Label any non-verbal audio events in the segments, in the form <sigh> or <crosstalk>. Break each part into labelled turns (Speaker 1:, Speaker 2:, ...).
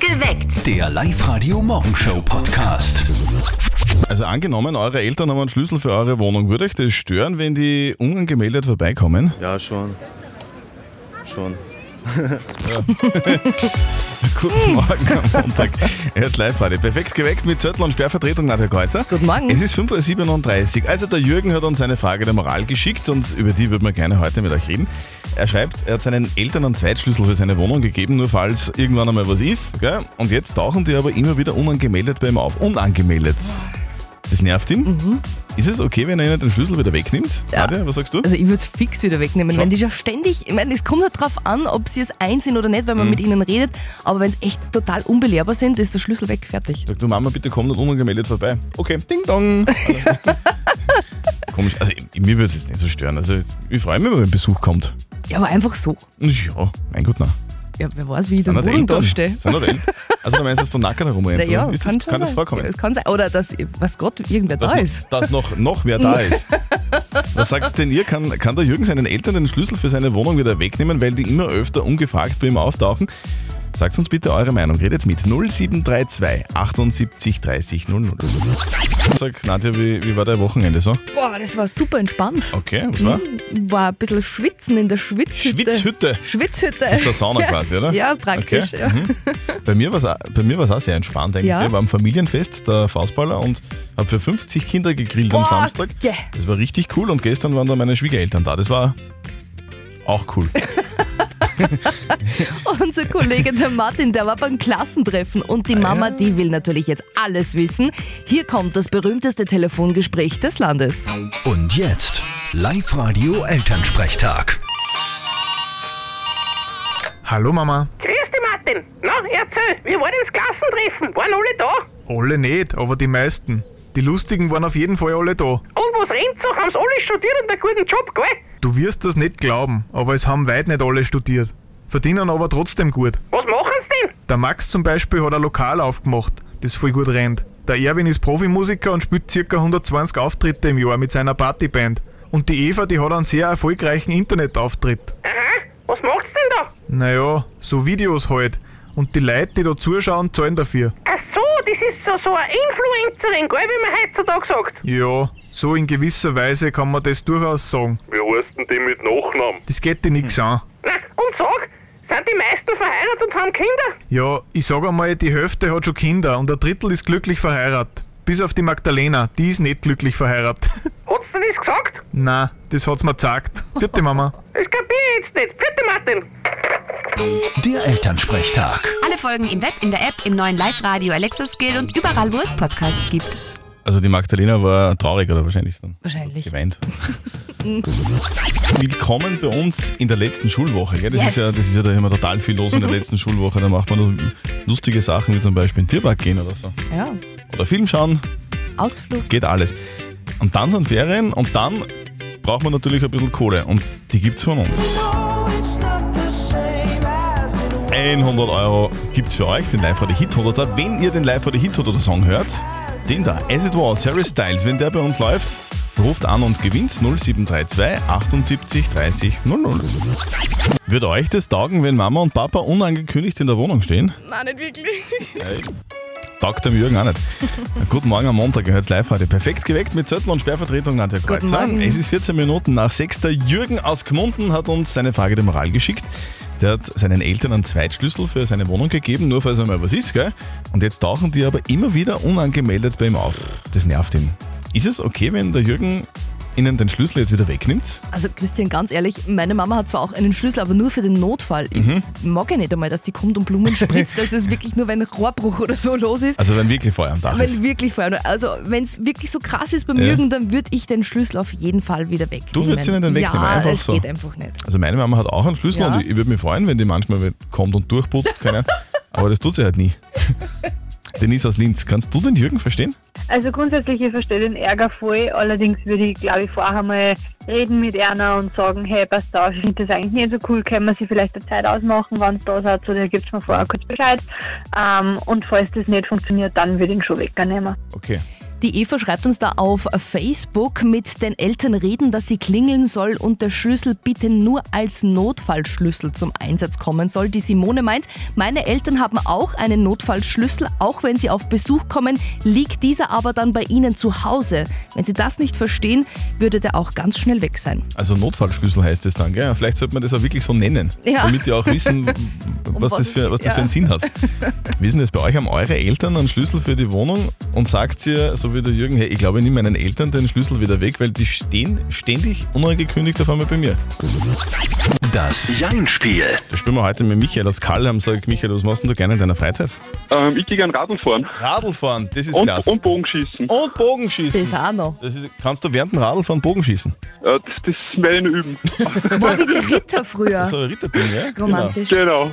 Speaker 1: Geweckt.
Speaker 2: Der Live-Radio-Morgenshow-Podcast.
Speaker 3: Also angenommen, eure Eltern haben einen Schlüssel für eure Wohnung. Würde euch das stören, wenn die unangemeldet vorbeikommen? <laughs>
Speaker 4: Ja, schon. Schon.
Speaker 5: <laughs>
Speaker 3: Guten Morgen am Montag. Er ist live heute. Perfekt geweckt mit Zettel und Sperrvertretung Nadja Kreuzer.
Speaker 5: Guten Morgen.
Speaker 3: Es ist 5.37 Uhr. Also der Jürgen hat uns eine Frage der Moral geschickt und über die würden wir gerne heute mit euch reden. Er schreibt, er hat seinen Eltern einen Zweitschlüssel für seine Wohnung gegeben, nur falls irgendwann einmal was ist. Gell? Und jetzt tauchen die aber immer wieder unangemeldet bei ihm auf. Unangemeldet. Das nervt ihn. Ist es okay, wenn er ihnen den Schlüssel wieder wegnimmt?
Speaker 5: Mhm. Ja.
Speaker 3: Nadja, was sagst du?
Speaker 5: Also ich würde es fix wieder wegnehmen,
Speaker 3: Schon.
Speaker 5: wenn die ja ständig, ich meine, es kommt halt drauf an, ob sie es einsehen oder nicht, wenn
Speaker 3: Mhm.
Speaker 5: man mit ihnen redet, aber wenn es echt total unbelehrbar sind, ist der Schlüssel weg, fertig.
Speaker 3: Sag du, Mama, bitte komm nicht unangemeldet vorbei. Okay, ding
Speaker 5: <laughs>
Speaker 3: dong. Komisch, also ich- mir würde es jetzt nicht so stören. Also jetzt- ich freue mich, wenn ein Besuch kommt.
Speaker 5: Ja, aber einfach so.
Speaker 3: Ja, mein Gott, nein.
Speaker 5: Ja, wer weiß, wie ich in
Speaker 3: Sind
Speaker 5: der
Speaker 3: halt
Speaker 5: Wohnung
Speaker 3: Eltern.
Speaker 5: dastehe.
Speaker 3: Sind halt Eltern. Also du meinst, dass du nackert herumrennst?
Speaker 5: Naja,
Speaker 3: oder? Ist
Speaker 5: kann
Speaker 3: das,
Speaker 5: schon
Speaker 3: kann das
Speaker 5: sein.
Speaker 3: vorkommen?
Speaker 5: Ja, es kann sein. Oder dass, was Gott, irgendwer da ist.
Speaker 3: Dass noch, noch wer da ist. Was sagt denn ihr? Kann, kann der Jürgen seinen Eltern den Schlüssel für seine Wohnung wieder wegnehmen, weil die immer öfter ungefragt bei ihm auftauchen? Sagt uns bitte eure Meinung. Redet mit 0732 78 30 00. Sag, Nadja, wie, wie war dein Wochenende so?
Speaker 5: Boah, das war super entspannt.
Speaker 3: Okay, was war?
Speaker 5: War ein bisschen schwitzen in der Schwitzhütte.
Speaker 3: Schwitzhütte.
Speaker 5: Schwitzhütte.
Speaker 3: Das ist eine Sauna quasi, oder?
Speaker 5: <laughs> Ja, praktisch.
Speaker 3: Okay.
Speaker 5: Ja.
Speaker 3: Bei mir war es auch sehr entspannt eigentlich.
Speaker 5: Ja.
Speaker 3: Ich war am Familienfest der Faustballer und habe für 50 Kinder gegrillt am
Speaker 5: Boah,
Speaker 3: Samstag.
Speaker 5: gell.
Speaker 3: Das war richtig cool und gestern waren da meine Schwiegereltern da. Das war auch cool.
Speaker 5: Unser Kollege, der Martin, der war beim Klassentreffen und die Mama, die will natürlich jetzt alles wissen. Hier kommt das berühmteste Telefongespräch des Landes.
Speaker 2: Und jetzt Live-Radio-Elternsprechtag.
Speaker 6: Hallo Mama.
Speaker 7: Grüß dich, Martin. Na, erzähl, wie war denn das Klassentreffen? Waren alle da?
Speaker 6: Alle nicht, aber die meisten. Die Lustigen waren auf jeden Fall alle da.
Speaker 7: Und was rennt so? Haben's alle studiert und einen guten Job, gell?
Speaker 6: Du wirst das nicht glauben, aber es haben weit nicht alle studiert. Verdienen aber trotzdem gut.
Speaker 7: Was machen's denn?
Speaker 6: Der Max zum Beispiel hat ein Lokal aufgemacht, das voll gut rennt. Der Erwin ist Profimusiker und spielt ca. 120 Auftritte im Jahr mit seiner Partyband. Und die Eva, die hat einen sehr erfolgreichen Internetauftritt.
Speaker 7: Aha, was macht's denn da?
Speaker 6: Naja, so Videos halt. Und die Leute, die da zuschauen, zahlen dafür.
Speaker 7: Ach so, das ist so, so eine Influencerin, gell, wie man heutzutage sagt.
Speaker 6: Ja, so in gewisser Weise kann man das durchaus sagen.
Speaker 8: Wie heißt denn die mit Nachnamen?
Speaker 6: Das geht dir nichts an.
Speaker 7: Na, und sag, sind die meisten verheiratet und haben Kinder?
Speaker 6: Ja, ich sag einmal, die Hälfte hat schon Kinder und ein Drittel ist glücklich verheiratet. Bis auf die Magdalena, die ist nicht glücklich verheiratet. <laughs>
Speaker 7: Hat's dir das gesagt?
Speaker 6: Na, das hat's mir gesagt. Vierte Mama.
Speaker 7: Das kapier ich jetzt nicht. Bitte, Martin.
Speaker 2: Der Elternsprechtag.
Speaker 9: Alle Folgen im Web, in der App, im neuen Live-Radio Alexa Skill und überall, wo es Podcasts gibt.
Speaker 3: Also die Magdalena war traurig, oder wahrscheinlich dann?
Speaker 5: Wahrscheinlich. <laughs>
Speaker 3: Geweint. Willkommen bei uns in der letzten Schulwoche. Gell? Das,
Speaker 5: Yes.
Speaker 3: ist ja, das ist ja da immer total viel los in der letzten Schulwoche. Da macht man nur lustige Sachen wie zum Beispiel in den Tierpark gehen oder so.
Speaker 5: Ja,
Speaker 3: Oder Film schauen,
Speaker 5: Ausflug.
Speaker 3: geht alles. Und dann sind Ferien und dann braucht man natürlich ein bisschen Kohle und die gibt's von uns. 100 Euro gibt's für euch, den live oder hit oder da. Wenn ihr den live oder hit oder Song hört, den da, As It Was, Harry Styles, wenn der bei uns läuft, ruft an und gewinnt 0732 78 30 00. Würde euch das taugen, wenn Mama und Papa unangekündigt in der Wohnung stehen?
Speaker 5: Nein, nicht wirklich.
Speaker 3: Taugt dem Jürgen auch
Speaker 5: <laughs>
Speaker 3: nicht. Guten Morgen am Montag, ihr hört's live heute. Perfekt geweckt mit Zettel und Sperrvertretung Nadja
Speaker 5: Guten
Speaker 3: Kreuzer.
Speaker 5: Morgen.
Speaker 3: Es ist 14 Minuten nach 6. Der Jürgen aus Gmunden hat uns seine Frage der Moral geschickt. Der hat seinen Eltern einen Zweitschlüssel für seine Wohnung gegeben, nur falls einmal was ist, gell? Und jetzt tauchen die aber immer wieder unangemeldet bei ihm auf. Das nervt ihn. Ist es okay, wenn der Jürgen ihnen den Schlüssel jetzt wieder wegnimmt?
Speaker 5: Also Christian, ganz ehrlich, meine Mama hat zwar auch einen Schlüssel, aber nur für den Notfall. Ich mag ja nicht einmal, dass die kommt und Blumen spritzt. Das ist wirklich nur, wenn Rohrbruch oder so los ist.
Speaker 3: Also wenn wirklich Feuer am Dach ist.
Speaker 5: Wenn wirklich Feuer. Also, wenn es wirklich so krass ist beim
Speaker 3: Ja.
Speaker 5: Jürgen, dann würde ich den Schlüssel auf jeden Fall wieder wegnehmen.
Speaker 3: würdest ihn dann wegnehmen,
Speaker 5: Ja,
Speaker 3: einfach
Speaker 5: es
Speaker 3: so.
Speaker 5: geht einfach nicht.
Speaker 3: Also meine Mama hat auch einen Schlüssel
Speaker 5: Ja.
Speaker 3: und ich, ich würde mich freuen, wenn die manchmal kommt und durchputzt, keine Ahnung. Aber das tut sie halt nie.
Speaker 5: <laughs>
Speaker 3: Denise aus Linz, kannst du den Jürgen verstehen?
Speaker 10: Also grundsätzlich, ich verstehe den Ärger voll. Allerdings würde ich, glaube ich, vorher mal reden mit einer und sagen, hey, passt auf, ich finde das eigentlich nicht so cool, können wir sie vielleicht eine Zeit ausmachen, wenn es da seid, oder gibt es mir vorher kurz Bescheid. Ähm, und falls das nicht funktioniert, dann würde ich ihn schon wegnehmen.
Speaker 3: Okay.
Speaker 5: Die Eva schreibt uns da auf Facebook mit den Eltern reden, dass sie klingeln soll und der Schlüssel bitte nur als Notfallschlüssel zum Einsatz kommen soll. Die Simone meint, meine Eltern haben auch einen Notfallschlüssel, auch wenn sie auf Besuch kommen, liegt dieser aber dann bei ihnen zu Hause. Wenn sie das nicht verstehen, würde der auch ganz schnell weg sein.
Speaker 3: Also Notfallschlüssel heißt es dann, gell? Vielleicht sollte man das auch wirklich so nennen,
Speaker 5: Ja. Um
Speaker 3: damit die auch
Speaker 5: <laughs>
Speaker 3: wissen, was,
Speaker 5: was
Speaker 3: das, für, was das für einen Sinn
Speaker 5: <laughs>
Speaker 3: hat. Wie ist denn das bei euch? Haben eure Eltern einen Schlüssel für die Wohnung und sagt ihr, so wie der Jürgen, hey, ich glaube, ich nehme meinen Eltern den Schlüssel wieder weg, weil die stehen ständig unangekündigt auf einmal bei mir.
Speaker 2: Das Jein-Spiel.
Speaker 3: Das spielen wir heute mit Michael aus Kallheim. Sag, Michael, was machst denn du gerne in deiner Freizeit?
Speaker 8: Ähm, ich gehe gern Radl fahren
Speaker 3: Radlfahren, das ist
Speaker 8: und,
Speaker 3: klasse.
Speaker 8: und Bogenschießen.
Speaker 3: Und Bogenschießen.
Speaker 5: Das auch noch.
Speaker 3: Das ist, kannst du während dem Radlfahren Bogen schießen?
Speaker 8: Äh, das, das werde ich noch üben.
Speaker 5: War wie die
Speaker 3: <laughs>
Speaker 5: Ritter früher.
Speaker 3: So ein Ritterding, ja? <laughs> Genau.
Speaker 5: Romantisch.
Speaker 8: genau.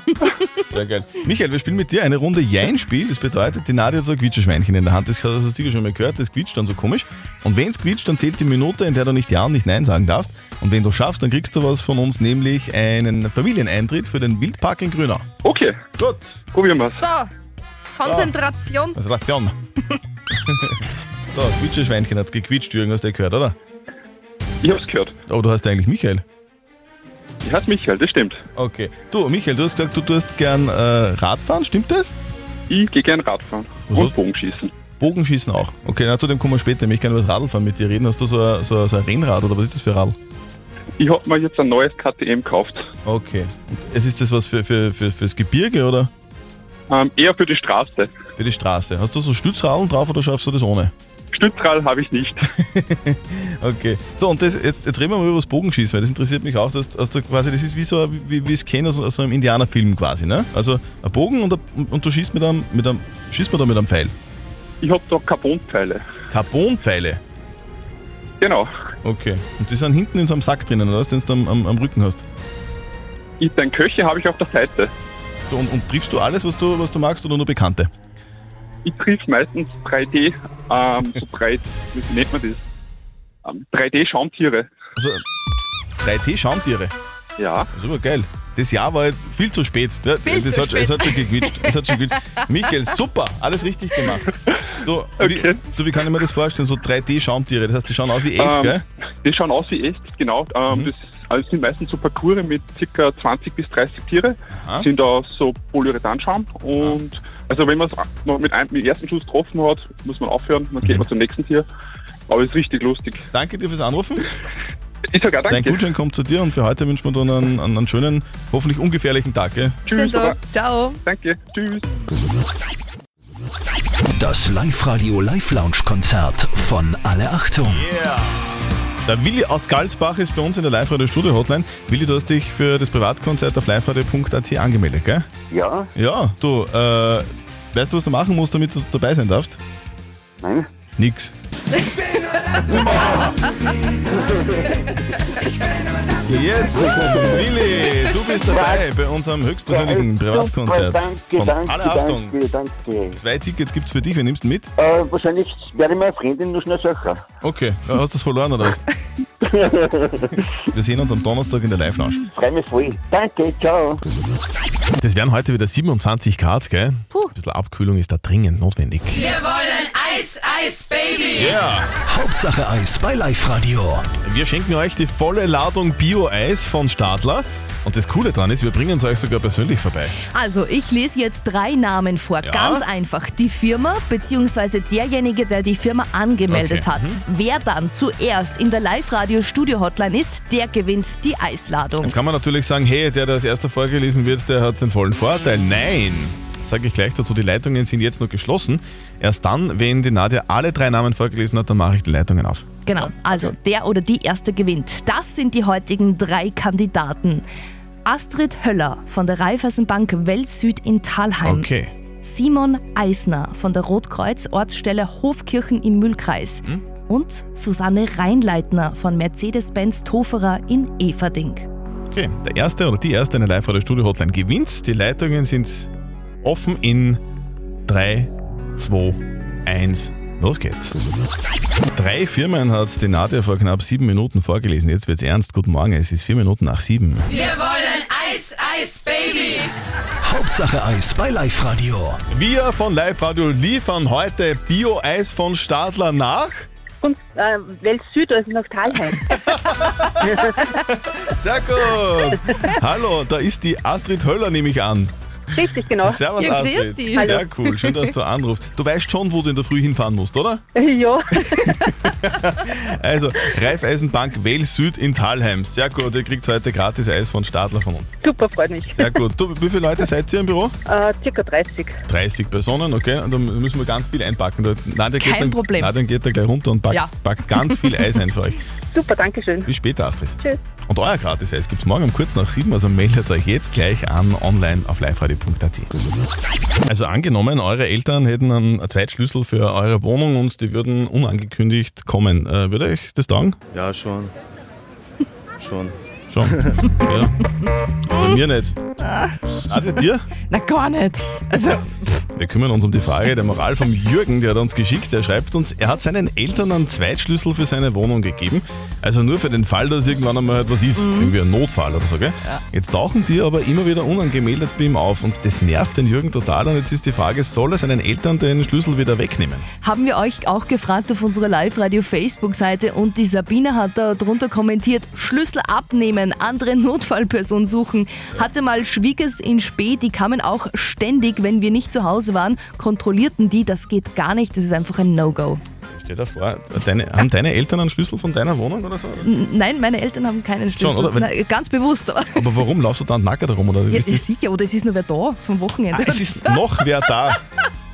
Speaker 3: Sehr geil. Michael, wir spielen mit dir eine Runde Jein-Spiel. Das bedeutet, die Nadja hat so ein Quietscheschweinchen in der Hand. Das hast du sicher schon mal gehört. Das quietscht dann so komisch. Und wenn es quietscht, dann zählt die Minute, in der du nicht Ja und nicht Nein sagen darfst. Und wenn du schaffst, dann kriegst du was von uns, nämlich einen Familieneintritt für den Wildpark in Grünau.
Speaker 8: Okay,
Speaker 3: Gut.
Speaker 8: probieren wir's.
Speaker 5: So, Konzentration.
Speaker 3: Also lacht <laughs> Jan. so, Quietscheschweinchen hat gequietscht, Jürgen, hast du gehört, oder?
Speaker 8: Ich hab's gehört.
Speaker 3: Oh, du heißt eigentlich Michael.
Speaker 8: Ich heiße Michael, das stimmt.
Speaker 3: Okay. Du, Michael, du hast gesagt, du tust gern äh, Radfahren, stimmt das?
Speaker 8: Ich gehe gern Radfahren
Speaker 3: Was
Speaker 8: und
Speaker 3: hast-
Speaker 8: Bogenschießen.
Speaker 3: Bogenschießen auch. Okay, na, zu dem kommen wir später. Ich kann über das Radlfahren mit dir reden. Hast du so ein, so, ein- so ein Rennrad oder was ist das für ein Radl?
Speaker 8: Ich hab mir jetzt ein neues KTM gekauft.
Speaker 3: Okay. Und es ist das was für, für, für, fürs Gebirge oder
Speaker 8: Ähm, eher für die Straße.
Speaker 3: für die Straße? Hast du so Stützradeln drauf oder schaffst du das ohne?
Speaker 8: Stützrad habe ich nicht.
Speaker 3: Okay. So, und das, jetzt, jetzt reden wir mal über das Bogenschießen, weil das interessiert mich auch. Dass, dass du quasi, das ist wie so, ein- wie, wie es kennen aus aus so einem Indianerfilm quasi, ne? Also ein Bogen und, ein- und du schießt mit einem, mit einem, schießt man da mit einem Pfeil.
Speaker 8: Ich hab da Carbonpfeile.
Speaker 3: Carbonpfeile.
Speaker 8: Genau.
Speaker 3: Okay. Und die sind hinten in so einem Sack drinnen, oder was, den du am, am, am Rücken hast.
Speaker 8: Ich, dein Köche habe ich auf der Seite.
Speaker 3: Du- Und, und triffst du alles, was du, was du magst oder nur Bekannte?
Speaker 8: Ich triff meistens 3D, ähm, so 3D, <laughs> wie nennt man das? Ähm, 3D-Schaumtiere.
Speaker 3: Also 3T-Schaumtiere.
Speaker 8: Ja.
Speaker 3: Super geil. Das Jahr war jetzt viel zu spät. Ja,
Speaker 5: Viel
Speaker 3: das
Speaker 5: zu
Speaker 3: hat,
Speaker 5: spät.
Speaker 3: Es hat schon gequitscht. Es hat schon gequitscht.
Speaker 5: <laughs>
Speaker 3: Michael, super, alles richtig gemacht. Du,
Speaker 8: Okay.
Speaker 3: wie, du, wie kann ich mir das vorstellen? So 3D-Schaumtiere, das heißt, die schauen aus wie Elf,
Speaker 8: Ähm,
Speaker 3: gell?
Speaker 8: Die schauen aus wie echt, genau. Ähm, das, also es sind meistens so Parcours mit ca. 20 bis 30 Tiere,
Speaker 3: Aha.
Speaker 8: sind aus so Polyurethanschaum und also wenn man es noch mit einem mit dem ersten Schuss getroffen hat, muss man aufhören, dann geht man zum nächsten Tier. Aber es ist richtig lustig.
Speaker 3: Danke dir fürs Anrufen.
Speaker 8: Ich sage auch
Speaker 3: Dein
Speaker 8: danke.
Speaker 3: Gutschein kommt zu dir und für heute wünschen wir dir einen, einen, einen schönen, hoffentlich ungefährlichen Tag, gell?
Speaker 5: Schönen
Speaker 8: Tschüss.
Speaker 5: Tag. Ciao.
Speaker 8: Danke. Tschüss.
Speaker 2: Das Live-Radio Live-Lounge-Konzert von Alle Achtung.
Speaker 3: Der Willi aus Galsbach ist bei uns in der Live-Radio-Studio-Hotline. Willi, du hast dich für das Privatkonzert auf liveradio.at angemeldet, gell?
Speaker 1: Ja,
Speaker 3: Ja, du, äh, weißt du, was du machen musst, damit du dabei sein darfst?
Speaker 1: nein.
Speaker 3: Nix. Yes, Willi, du bist dabei bei unserem höchstpersönlichen Privatkonzert.
Speaker 1: Danke,
Speaker 3: von
Speaker 1: danke,
Speaker 3: Alle Achtung.
Speaker 1: danke, danke.
Speaker 3: Zwei Tickets gibt's für dich, wer nimmst mit?
Speaker 1: Äh, wahrscheinlich werde ich meine Freundin nur schnell suchen.
Speaker 3: Okay, äh, hast du es verloren oder was? Wir sehen uns am Donnerstag in der Live-Lounge.
Speaker 1: Freue mich voll. Danke, ciao.
Speaker 3: Das wären heute wieder 27 Grad, gell? Puh. Ein bisschen Abkühlung ist da dringend notwendig.
Speaker 9: Wir wollen Eis, Eis, Baby.
Speaker 3: Yeah!
Speaker 2: Hauptsache Eis bei Live-Radio.
Speaker 3: Wir schenken euch die volle Ladung Bio-Eis von Stadler. Und das Coole dran ist, wir bringen es euch sogar persönlich vorbei.
Speaker 5: Also, ich lese jetzt drei Namen vor.
Speaker 3: Ja.
Speaker 5: Ganz einfach. Die Firma bzw. derjenige, der die Firma angemeldet
Speaker 3: Okay, Mhm.
Speaker 5: hat. Wer dann zuerst in der Live-Radio-Studio-Hotline ist, der gewinnt die Eisladung.
Speaker 3: Jetzt kann man natürlich sagen, hey, der, der als erster vorgelesen wird, der hat den vollen Vorteil. Nein! Sage ich gleich dazu, die Leitungen sind jetzt nur geschlossen. Erst dann, wenn die Nadja alle drei Namen vorgelesen hat, dann mache ich die Leitungen auf.
Speaker 5: Genau. Also, der oder die Erste gewinnt. Das sind die heutigen drei Kandidaten. Astrid Höller von der Raiffeisenbank Welt Süd in Thalheim.
Speaker 3: Okay.
Speaker 5: Simon Eisner von der Rotkreuz Ortsstelle Hofkirchen im Mühlkreis und Susanne Reinleitner von Mercedes-Benz Toferer in Everding.
Speaker 3: Okay. Der erste oder die erste in der Live-Radio-Studio-Hotline gewinnt. Die Leitungen sind offen in 3, 2, 1. Los geht's. Drei Firmen hat die Nadja vor knapp sieben Minuten vorgelesen. Jetzt wird's ernst. Guten Morgen, es ist vier Minuten nach sieben.
Speaker 9: Wir wollen Eis, Eis.
Speaker 11: Eis, Baby!
Speaker 2: Hauptsache Eis bei Live Radio.
Speaker 3: Wir von Live Radio liefern heute Bio-Eis von Stadler nach.
Speaker 12: Und äh, Wels Süd, also nach Talheim.
Speaker 3: Sehr gut. Hallo, da ist die Astrid Höller, nehme ich an.
Speaker 12: Richtig, genau.
Speaker 3: Servus Astrid. Sehr cool, schön, dass du anrufst. Du weißt schon, wo du in der Früh hinfahren musst, oder?
Speaker 12: Ja, <laughs>
Speaker 3: Also, Raiffeisenbank Well Süd in Talheim. Sehr gut, ihr kriegt heute gratis Eis von Stadler von uns.
Speaker 12: super, freut mich.
Speaker 3: Sehr gut. Du, wie viele Leute seid ihr im Büro?
Speaker 12: Äh, circa 30.
Speaker 3: 30 Personen, okay. Und dann müssen wir ganz viel einpacken. Da- Nein, der
Speaker 12: Kein
Speaker 3: geht dann,
Speaker 12: Problem.
Speaker 3: Nein, dann geht er gleich runter und packt,
Speaker 12: Ja.
Speaker 3: packt ganz viel Eis ein für euch.
Speaker 12: Super, danke schön.
Speaker 3: Bis später, Astrid.
Speaker 12: Tschüss.
Speaker 3: Und euer gratis Eis gibt's morgen um kurz nach sieben, also meldet euch jetzt gleich an online auf liveradio.at. Also angenommen, eure Eltern hätten einen Zweitschlüssel für eure Wohnung und die würden unangekündigt kommen. Äh, würde euch das taugen?
Speaker 4: Ja, schon. Schon.
Speaker 3: Schon. ja. Bei mir nicht.
Speaker 5: Ah.
Speaker 3: Also dir?
Speaker 5: Na gar nicht. Also,
Speaker 3: Wir kümmern uns um die Frage der Moral vom Jürgen, der hat uns geschickt. Er schreibt uns, er hat seinen Eltern einen Zweitschlüssel für seine Wohnung gegeben. Also nur für den Fall, dass irgendwann einmal etwas ist.
Speaker 5: Mhm.
Speaker 3: Irgendwie ein Notfall oder so, gell? Jetzt tauchen die aber immer wieder unangemeldet bei ihm auf und das nervt den Jürgen total. Und jetzt ist die Frage, soll er seinen Eltern den Schlüssel wieder wegnehmen?
Speaker 5: <laughs> haben wir euch auch gefragt auf unserer Live-Radio-Facebook-Seite und die Sabine hat da drunter kommentiert, Schlüssel abnehmen, andere Notfallperson suchen. Hatte mal Schwiegers in Spee, die kamen auch ständig, wenn wir nicht zu Hause waren, kontrollierten die, das geht gar nicht, das ist einfach ein No-Go.
Speaker 3: Stell dir vor, deine, haben deine Eltern einen Schlüssel von deiner Wohnung oder so?
Speaker 5: N- Nein, meine Eltern haben keinen
Speaker 3: Schon,
Speaker 5: Schlüssel.
Speaker 3: oder? Wenn-
Speaker 5: Nein, ganz bewusst. Aber
Speaker 3: Aber warum laufst du da nackert herum? Oder? wie
Speaker 5: <laughs> ja,
Speaker 3: bist du-
Speaker 5: sicher, oder es ist nur wer da vom Wochenende.
Speaker 3: Ah, es
Speaker 5: <laughs>
Speaker 3: ist noch wer da.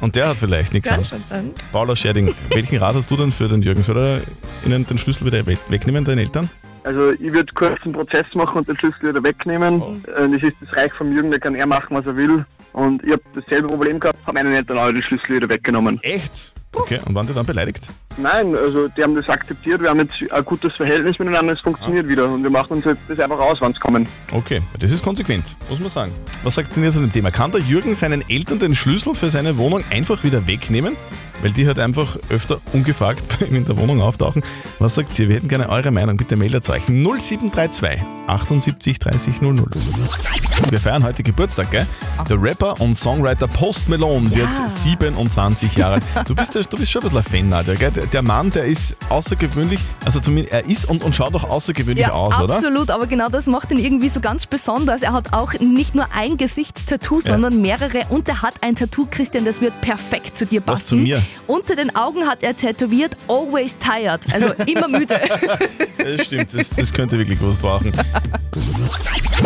Speaker 3: Und der hat vielleicht nichts
Speaker 5: Kann
Speaker 3: an.
Speaker 5: schon sein.
Speaker 3: Paula Scherding, welchen Rat hast du denn für den Jürgen? Soll er ihnen den Schlüssel wieder we- wegnehmen, deinen Eltern?
Speaker 13: Also ich würde kurz einen Prozess machen und den Schlüssel wieder wegnehmen. Äh, Das ist das Reich vom Jürgen, der kann er machen, was er will. Und ich habe dasselbe Problem gehabt, habe meinen Eltern auch den Schlüssel wieder weggenommen.
Speaker 3: Echt? Okay, und waren die dann beleidigt?
Speaker 13: Nein, also die haben das akzeptiert, wir haben jetzt ein gutes Verhältnis miteinander, es funktioniert wieder. Und wir machen uns jetzt das einfach aus, wann es kommen.
Speaker 3: Okay, das ist konsequent, muss man sagen. Was sagt denn jetzt zu dem Thema? Kann der Jürgen seinen Eltern den Schlüssel für seine Wohnung einfach wieder wegnehmen? Weil die halt einfach öfter ungefragt <laughs> bei ihm in der Wohnung auftauchen. Was sagt ihr? Wir hätten gerne eure Meinung. Bitte meldet euch. 0732 78 30 00. Wir feiern heute Geburtstag, gell? Der Rapper und Songwriter Post Malone wird 27 Jahre alt. Du bist, ja- du bist schon ein bisschen ein Fan, Nadja, gell? Der- Der Mann, der ist außergewöhnlich, also zumindest er ist und, und schaut auch außergewöhnlich
Speaker 5: Ja,
Speaker 3: aus, oder?
Speaker 5: absolut, aber genau das macht ihn irgendwie so ganz besonders. Er hat auch nicht nur ein Gesichtstattoo, sondern mehrere und er hat ein Tattoo, Christian, das wird perfekt zu dir passen.
Speaker 3: Was zu mir?
Speaker 5: Unter den Augen hat er tätowiert, always tired,
Speaker 3: <laughs>
Speaker 5: also immer müde.
Speaker 3: Das stimmt, das, das könnte wirklich was brauchen.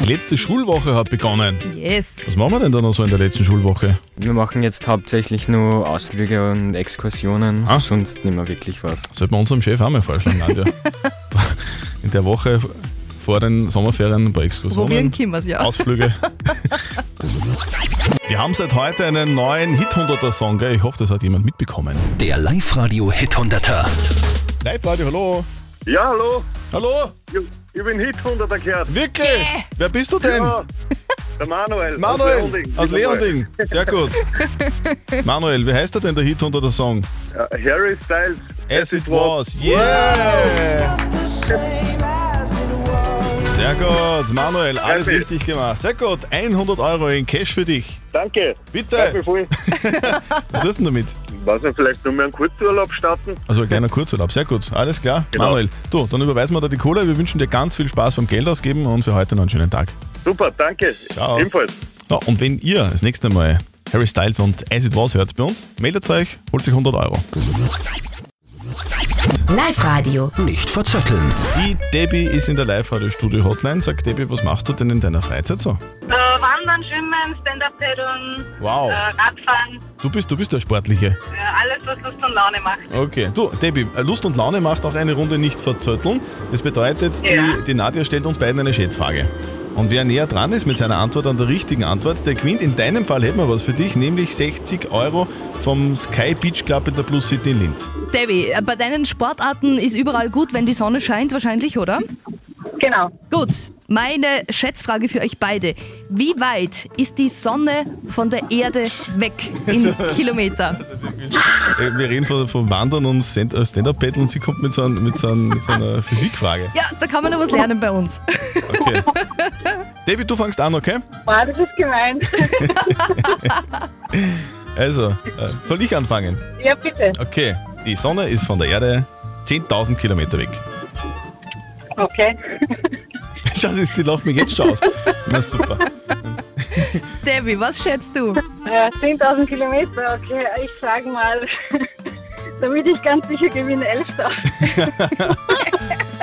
Speaker 3: Die letzte Schulwoche hat begonnen.
Speaker 5: yes.
Speaker 3: Was machen wir denn da noch so in der letzten Schulwoche?
Speaker 4: Wir machen jetzt hauptsächlich nur Ausflüge und Exkursionen, sonst nicht mehr wirklich was.
Speaker 3: Sollten wir unserem Chef auch mal vorschlagen,
Speaker 5: <laughs>
Speaker 3: Nadja. In der Woche vor den Sommerferien ein paar
Speaker 5: Probieren
Speaker 3: Exkursionen,
Speaker 5: können wir es ja. <laughs>
Speaker 3: Ausflüge. Wir haben seit heute einen neuen Hit 100er Song, gell? Ich hoffe, das hat jemand mitbekommen.
Speaker 2: Der Live-Radio Hit 100er.
Speaker 3: Live Radio, hallo.
Speaker 14: Ja, hallo.
Speaker 3: Hallo.
Speaker 14: Ich, ich bin Hit 100 erklärt.
Speaker 3: Wirklich? Wer bist du denn?
Speaker 14: Ja, der Manuel. aus
Speaker 3: Manuel
Speaker 14: Leonding.
Speaker 3: aus Leonding. Sehr gut. Manuel, wie heißt der denn der Hit 100er Song?
Speaker 14: Ja, Harry Styles.
Speaker 3: As it was. Yeah! Sehr gut, Manuel, alles richtig gemacht. Sehr gut, 100 Euro in Cash für dich.
Speaker 14: Danke.
Speaker 3: Bitte.
Speaker 14: Danke voll.
Speaker 3: Was ist denn damit?
Speaker 14: Weiß nicht, vielleicht noch mal einen Kurzurlaub starten.
Speaker 3: Also ein kleiner Kurzurlaub, sehr gut, alles klar.
Speaker 14: Genau.
Speaker 3: Manuel, du, dann überweisen wir dir die Kohle. Wir wünschen dir ganz viel Spaß beim Geld ausgeben und für heute noch einen schönen Tag.
Speaker 14: Super, danke.
Speaker 3: Ciao.
Speaker 14: Ebenfalls.
Speaker 3: Ja, und wenn ihr das nächste Mal Harry Styles und As It Was hört bei uns, meldet euch, holt sich 100 Euro.
Speaker 2: Live-Radio. Nicht verzetteln.
Speaker 3: Die Debbie ist in der Live-Radio-Studio-Hotline. Sagt Debbie, was machst du denn in deiner Freizeit so?
Speaker 15: Äh, Wandern, Schwimmen, Stand-Up-Paddeln,
Speaker 3: Wow.
Speaker 15: äh, Radfahren,
Speaker 3: Du bist, du bist der Sportliche.
Speaker 15: äh, alles, was Lust und Laune macht.
Speaker 3: Okay. Du, Debbie, Lust und Laune macht auch eine Runde nicht verzötteln. Das bedeutet, die, die Nadja stellt uns beiden eine Schätzfrage. Und wer näher dran ist mit seiner Antwort an der richtigen Antwort, der gewinnt. In deinem Fall hätten wir was für dich, nämlich 60 Euro vom Sky Beach Club in der Plus City in Linz.
Speaker 5: Debbie, bei deinen Sportarten ist überall gut, wenn die Sonne scheint wahrscheinlich, oder? Genau. Gut, Meine Schätzfrage für euch beide. Wie weit ist die Sonne von der Erde weg in Kilometer?
Speaker 3: Äh, Wir reden von, von Wandern und Stand- äh, Stand-Up-Battle und sie kommt mit so, einem- mit so, einem- mit so einer Physikfrage.
Speaker 5: Ja, da kann man noch was lernen bei uns.
Speaker 3: <laughs> Okay. David, du fängst an, okay?
Speaker 10: Wow, das ist <laughs> gemein.
Speaker 3: Also, äh, soll ich anfangen?
Speaker 10: ja, bitte.
Speaker 3: Okay, die Sonne ist von der Erde 10.000 Kilometer weg. <laughs>
Speaker 10: Okay.
Speaker 3: Das ist, die lacht mich jetzt schon aus. Na super.
Speaker 5: Debbie, was schätzt du?
Speaker 10: Ja, 10.000 Äh, Kilometer, okay. Ich sage mal, <laughs> damit ich ganz sicher gewinne, 11.000.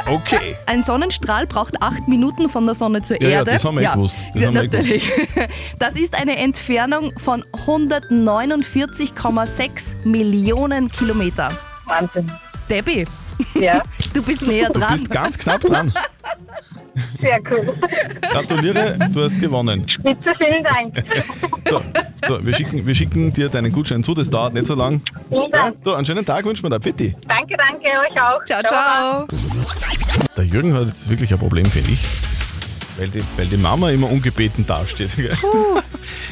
Speaker 3: Okay.
Speaker 5: Ein Sonnenstrahl braucht acht Minuten von der Sonne zur
Speaker 3: Ja, ja,
Speaker 5: Erde.
Speaker 3: das haben wir eh gewusst. Das haben wir eh
Speaker 5: natürlich. <laughs> Das ist eine Entfernung von 149,6 Millionen Kilometer.
Speaker 10: Wahnsinn.
Speaker 5: Debbie.
Speaker 10: Ja.
Speaker 5: <laughs> Du bist näher
Speaker 3: Du
Speaker 5: dran.
Speaker 3: bist ganz knapp dran.
Speaker 10: Sehr cool.
Speaker 3: Gratuliere, du hast gewonnen.
Speaker 10: Bitte, vielen Dank.
Speaker 3: So, wir, schicken, wir schicken dir deinen Gutschein zu, das dauert nicht so lang.
Speaker 10: Vielen
Speaker 3: Ja,
Speaker 10: Dank.
Speaker 3: so, einen schönen Tag wünschen wir dir, Fitti.
Speaker 10: Danke, danke, euch auch. Ciao, ciao.
Speaker 3: Der Jürgen hat jetzt wirklich ein Problem, finde ich. Weil die, weil die Mama immer ungebeten dasteht. gell?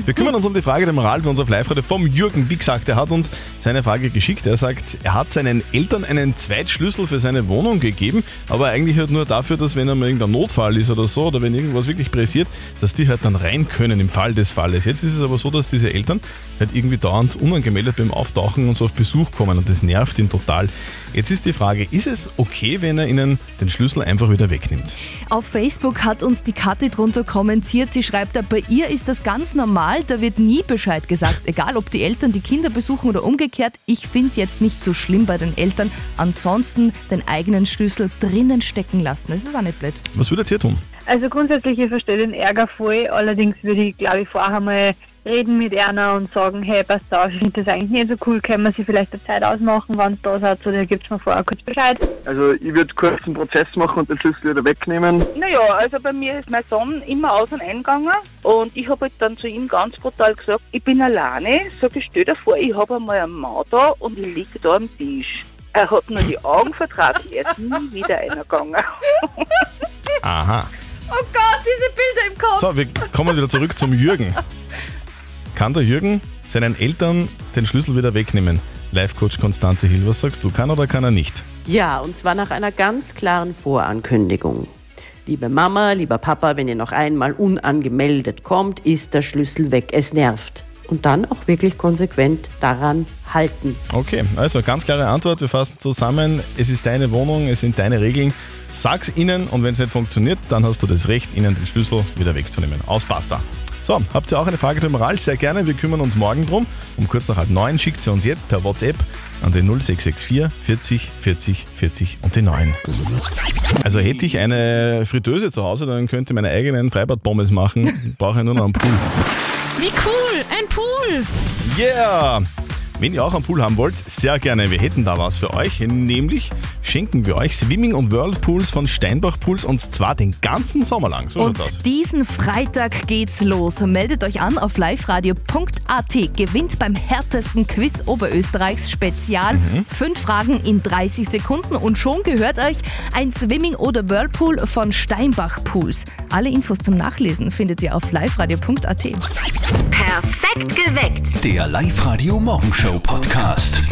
Speaker 3: Wir kümmern uns um die Frage der Moral bei uns auf live -Radio vom Jürgen. Wie gesagt, er hat uns seine Frage geschickt. Er sagt, er hat seinen Eltern einen Zweitschlüssel für seine Wohnung gegeben, aber eigentlich halt nur dafür, dass wenn einmal irgendein Notfall ist oder so, oder wenn irgendwas wirklich pressiert, dass die halt dann rein können im Fall des Falles. Jetzt ist es aber so, dass diese Eltern halt irgendwie dauernd unangemeldet beim Auftauchen und so auf Besuch kommen und das nervt ihn total. Jetzt ist die Frage, ist es okay, wenn er ihnen den Schlüssel einfach wieder wegnimmt?
Speaker 5: Auf Facebook hat uns die Kathi drunter kommentiert. Sie schreibt, da, bei ihr ist das ganz normal, da wird nie Bescheid gesagt. Egal, ob die Eltern die Kinder besuchen oder umgekehrt. Ich finde es jetzt nicht so schlimm bei den Eltern. Ansonsten den eigenen Schlüssel drinnen stecken lassen. Das ist auch nicht blöd.
Speaker 3: Was würdet ihr tun?
Speaker 10: Also grundsätzlich, ich verstehe den Ärger voll. Allerdings würde ich, glaube ich, vorher mal reden mit einer und sagen, hey, passt auf, ich finde das eigentlich nicht so cool, können wir sie vielleicht eine Zeit ausmachen, wenn es da seid, oder gibt es mir vorher kurz Bescheid.
Speaker 13: Also ich würde kurz einen Prozess machen und den Schlüssel wieder wegnehmen.
Speaker 15: Naja, also bei mir ist mein Sohn immer aus und eingegangen und ich habe halt dann zu ihm ganz brutal gesagt, ich bin alleine, sag ich, stell dir vor, ich habe einmal einen Mann da und ich liege da am Tisch. Er hat nur die Augen vertragen, er ist nie wieder einer gegangen.
Speaker 3: Aha.
Speaker 5: Oh Gott, diese Bilder im Kopf.
Speaker 3: So, wir kommen wieder zurück zum Jürgen. Kann der Jürgen seinen Eltern den Schlüssel wieder wegnehmen? Live-Coach Konstanze Hill, was sagst du? Kann oder kann er nicht?
Speaker 11: Ja, und zwar nach einer ganz klaren Vorankündigung. Liebe Mama, lieber Papa, wenn ihr noch einmal unangemeldet kommt, ist der Schlüssel weg. Es nervt. Und dann auch wirklich konsequent daran halten.
Speaker 3: Okay, also ganz klare Antwort. Wir fassen zusammen. Es ist deine Wohnung, es sind deine Regeln. Sag's ihnen und wenn es nicht funktioniert, dann hast du das Recht, ihnen den Schlüssel wieder wegzunehmen. Aus Basta. So, habt ihr auch eine Frage der Moral? Sehr gerne. Wir kümmern uns morgen drum. Um kurz nach halb neun schickt sie uns jetzt per WhatsApp an den 0664 40 40 40 und die 9. Also hätte ich eine Fritteuse zu Hause, dann könnte ich meine eigenen Freibad-Pommes machen. Brauche ich nur noch einen Pool.
Speaker 16: Wie cool, ein Pool!
Speaker 3: Yeah! Wenn ihr auch einen Pool haben wollt, sehr gerne. Wir hätten da was für euch. Nämlich schenken wir euch Swimming- und Whirlpools von Steinbach Pools und zwar den ganzen Sommer lang. So
Speaker 5: Und
Speaker 3: schaut's aus.
Speaker 5: diesen Freitag geht's los. Meldet euch an auf liveradio.at. Gewinnt beim härtesten Quiz Oberösterreichs Spezial.
Speaker 17: Mhm.
Speaker 5: Fünf Fragen in 30 Sekunden und schon gehört euch ein Swimming- oder Whirlpool von Steinbach Pools. Alle Infos zum Nachlesen findet ihr auf liveradio.at.
Speaker 9: Perfekt geweckt.
Speaker 2: Der Live-Radio Morgenshow Podcast.